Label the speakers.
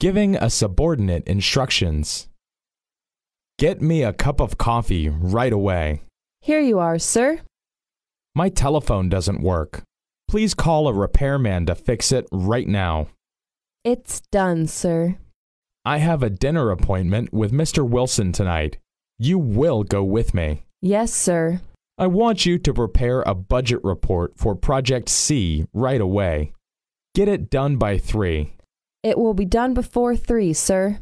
Speaker 1: Giving a subordinate instructions. Get me a cup of coffee right away.
Speaker 2: Here you are, sir.
Speaker 1: My telephone doesn't work. Please call a repairman to fix it right now.
Speaker 2: It's done, sir.
Speaker 1: I have a dinner appointment with Mr. Wilson tonight. You will go with me.
Speaker 2: Yes, sir.
Speaker 1: I want you to prepare a budget report for Project C right away. Get it done by 3.
Speaker 2: It will be done before three, sir.